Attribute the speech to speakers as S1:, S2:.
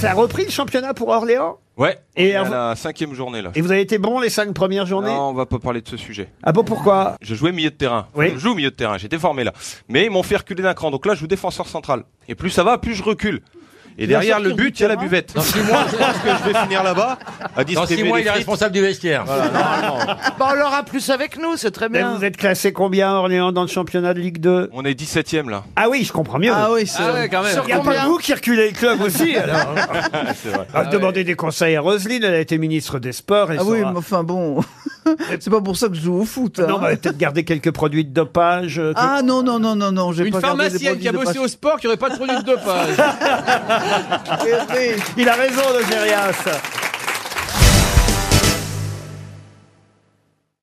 S1: ça a repris le championnat pour Orléans
S2: Ouais.
S1: Et
S2: Et à
S1: avant-
S2: la cinquième journée là.
S1: Et vous avez été bon les cinq premières journées
S2: Non, on va pas parler de ce sujet.
S1: Ah bon, pourquoi
S2: Je jouais milieu de terrain.
S1: Oui.
S2: Je joue milieu de terrain. J'étais formé là. Mais ils m'ont fait reculer d'un cran. Donc là, je joue défenseur central. Et plus ça va, plus je recule. Et
S1: Bien
S2: derrière
S1: sûr
S2: le
S1: qu'il y a
S2: but,
S1: du
S2: il y a la
S1: terrain.
S2: buvette. Dans six mois, je pense que je vais finir là-bas
S3: Dans
S2: à distribuer
S3: six mois,
S2: des
S3: il est
S2: frites.
S3: responsable du vestiaire.
S2: Voilà, normalement.
S4: Bah, on l'aura plus avec nous, c'est
S5: Eh
S4: très
S1: Mais
S4: bien.
S1: Ben, Vous êtes classé combien à Orléans dans le championnat de Ligue 2
S2: On est 17ème là.
S1: Ah oui, je comprends mieux.
S5: Ah oui,
S1: Il
S5: c'est.
S1: n'y a pas que vous qui reculez le club aussi, alors.
S2: C'est vrai.
S1: Ah, Demandez des conseils à Roselyne, elle a été ministre des Sports. Et
S5: Ah oui,
S1: saura-
S5: mais enfin bon. c'est pas pour ça que je joue au foot. hein.
S1: Non, mais elle a peut-être garder quelques produits de dopage. euh, que-
S5: Ah non, non, non, non, non, j'ai
S6: Une
S5: pas gardé des
S6: pharmacienne qui a
S5: produits de
S6: bossé au sport qui aurait pas de produit de dopage.
S5: pâte. Eh oui.
S1: Il a raison, le Gérias.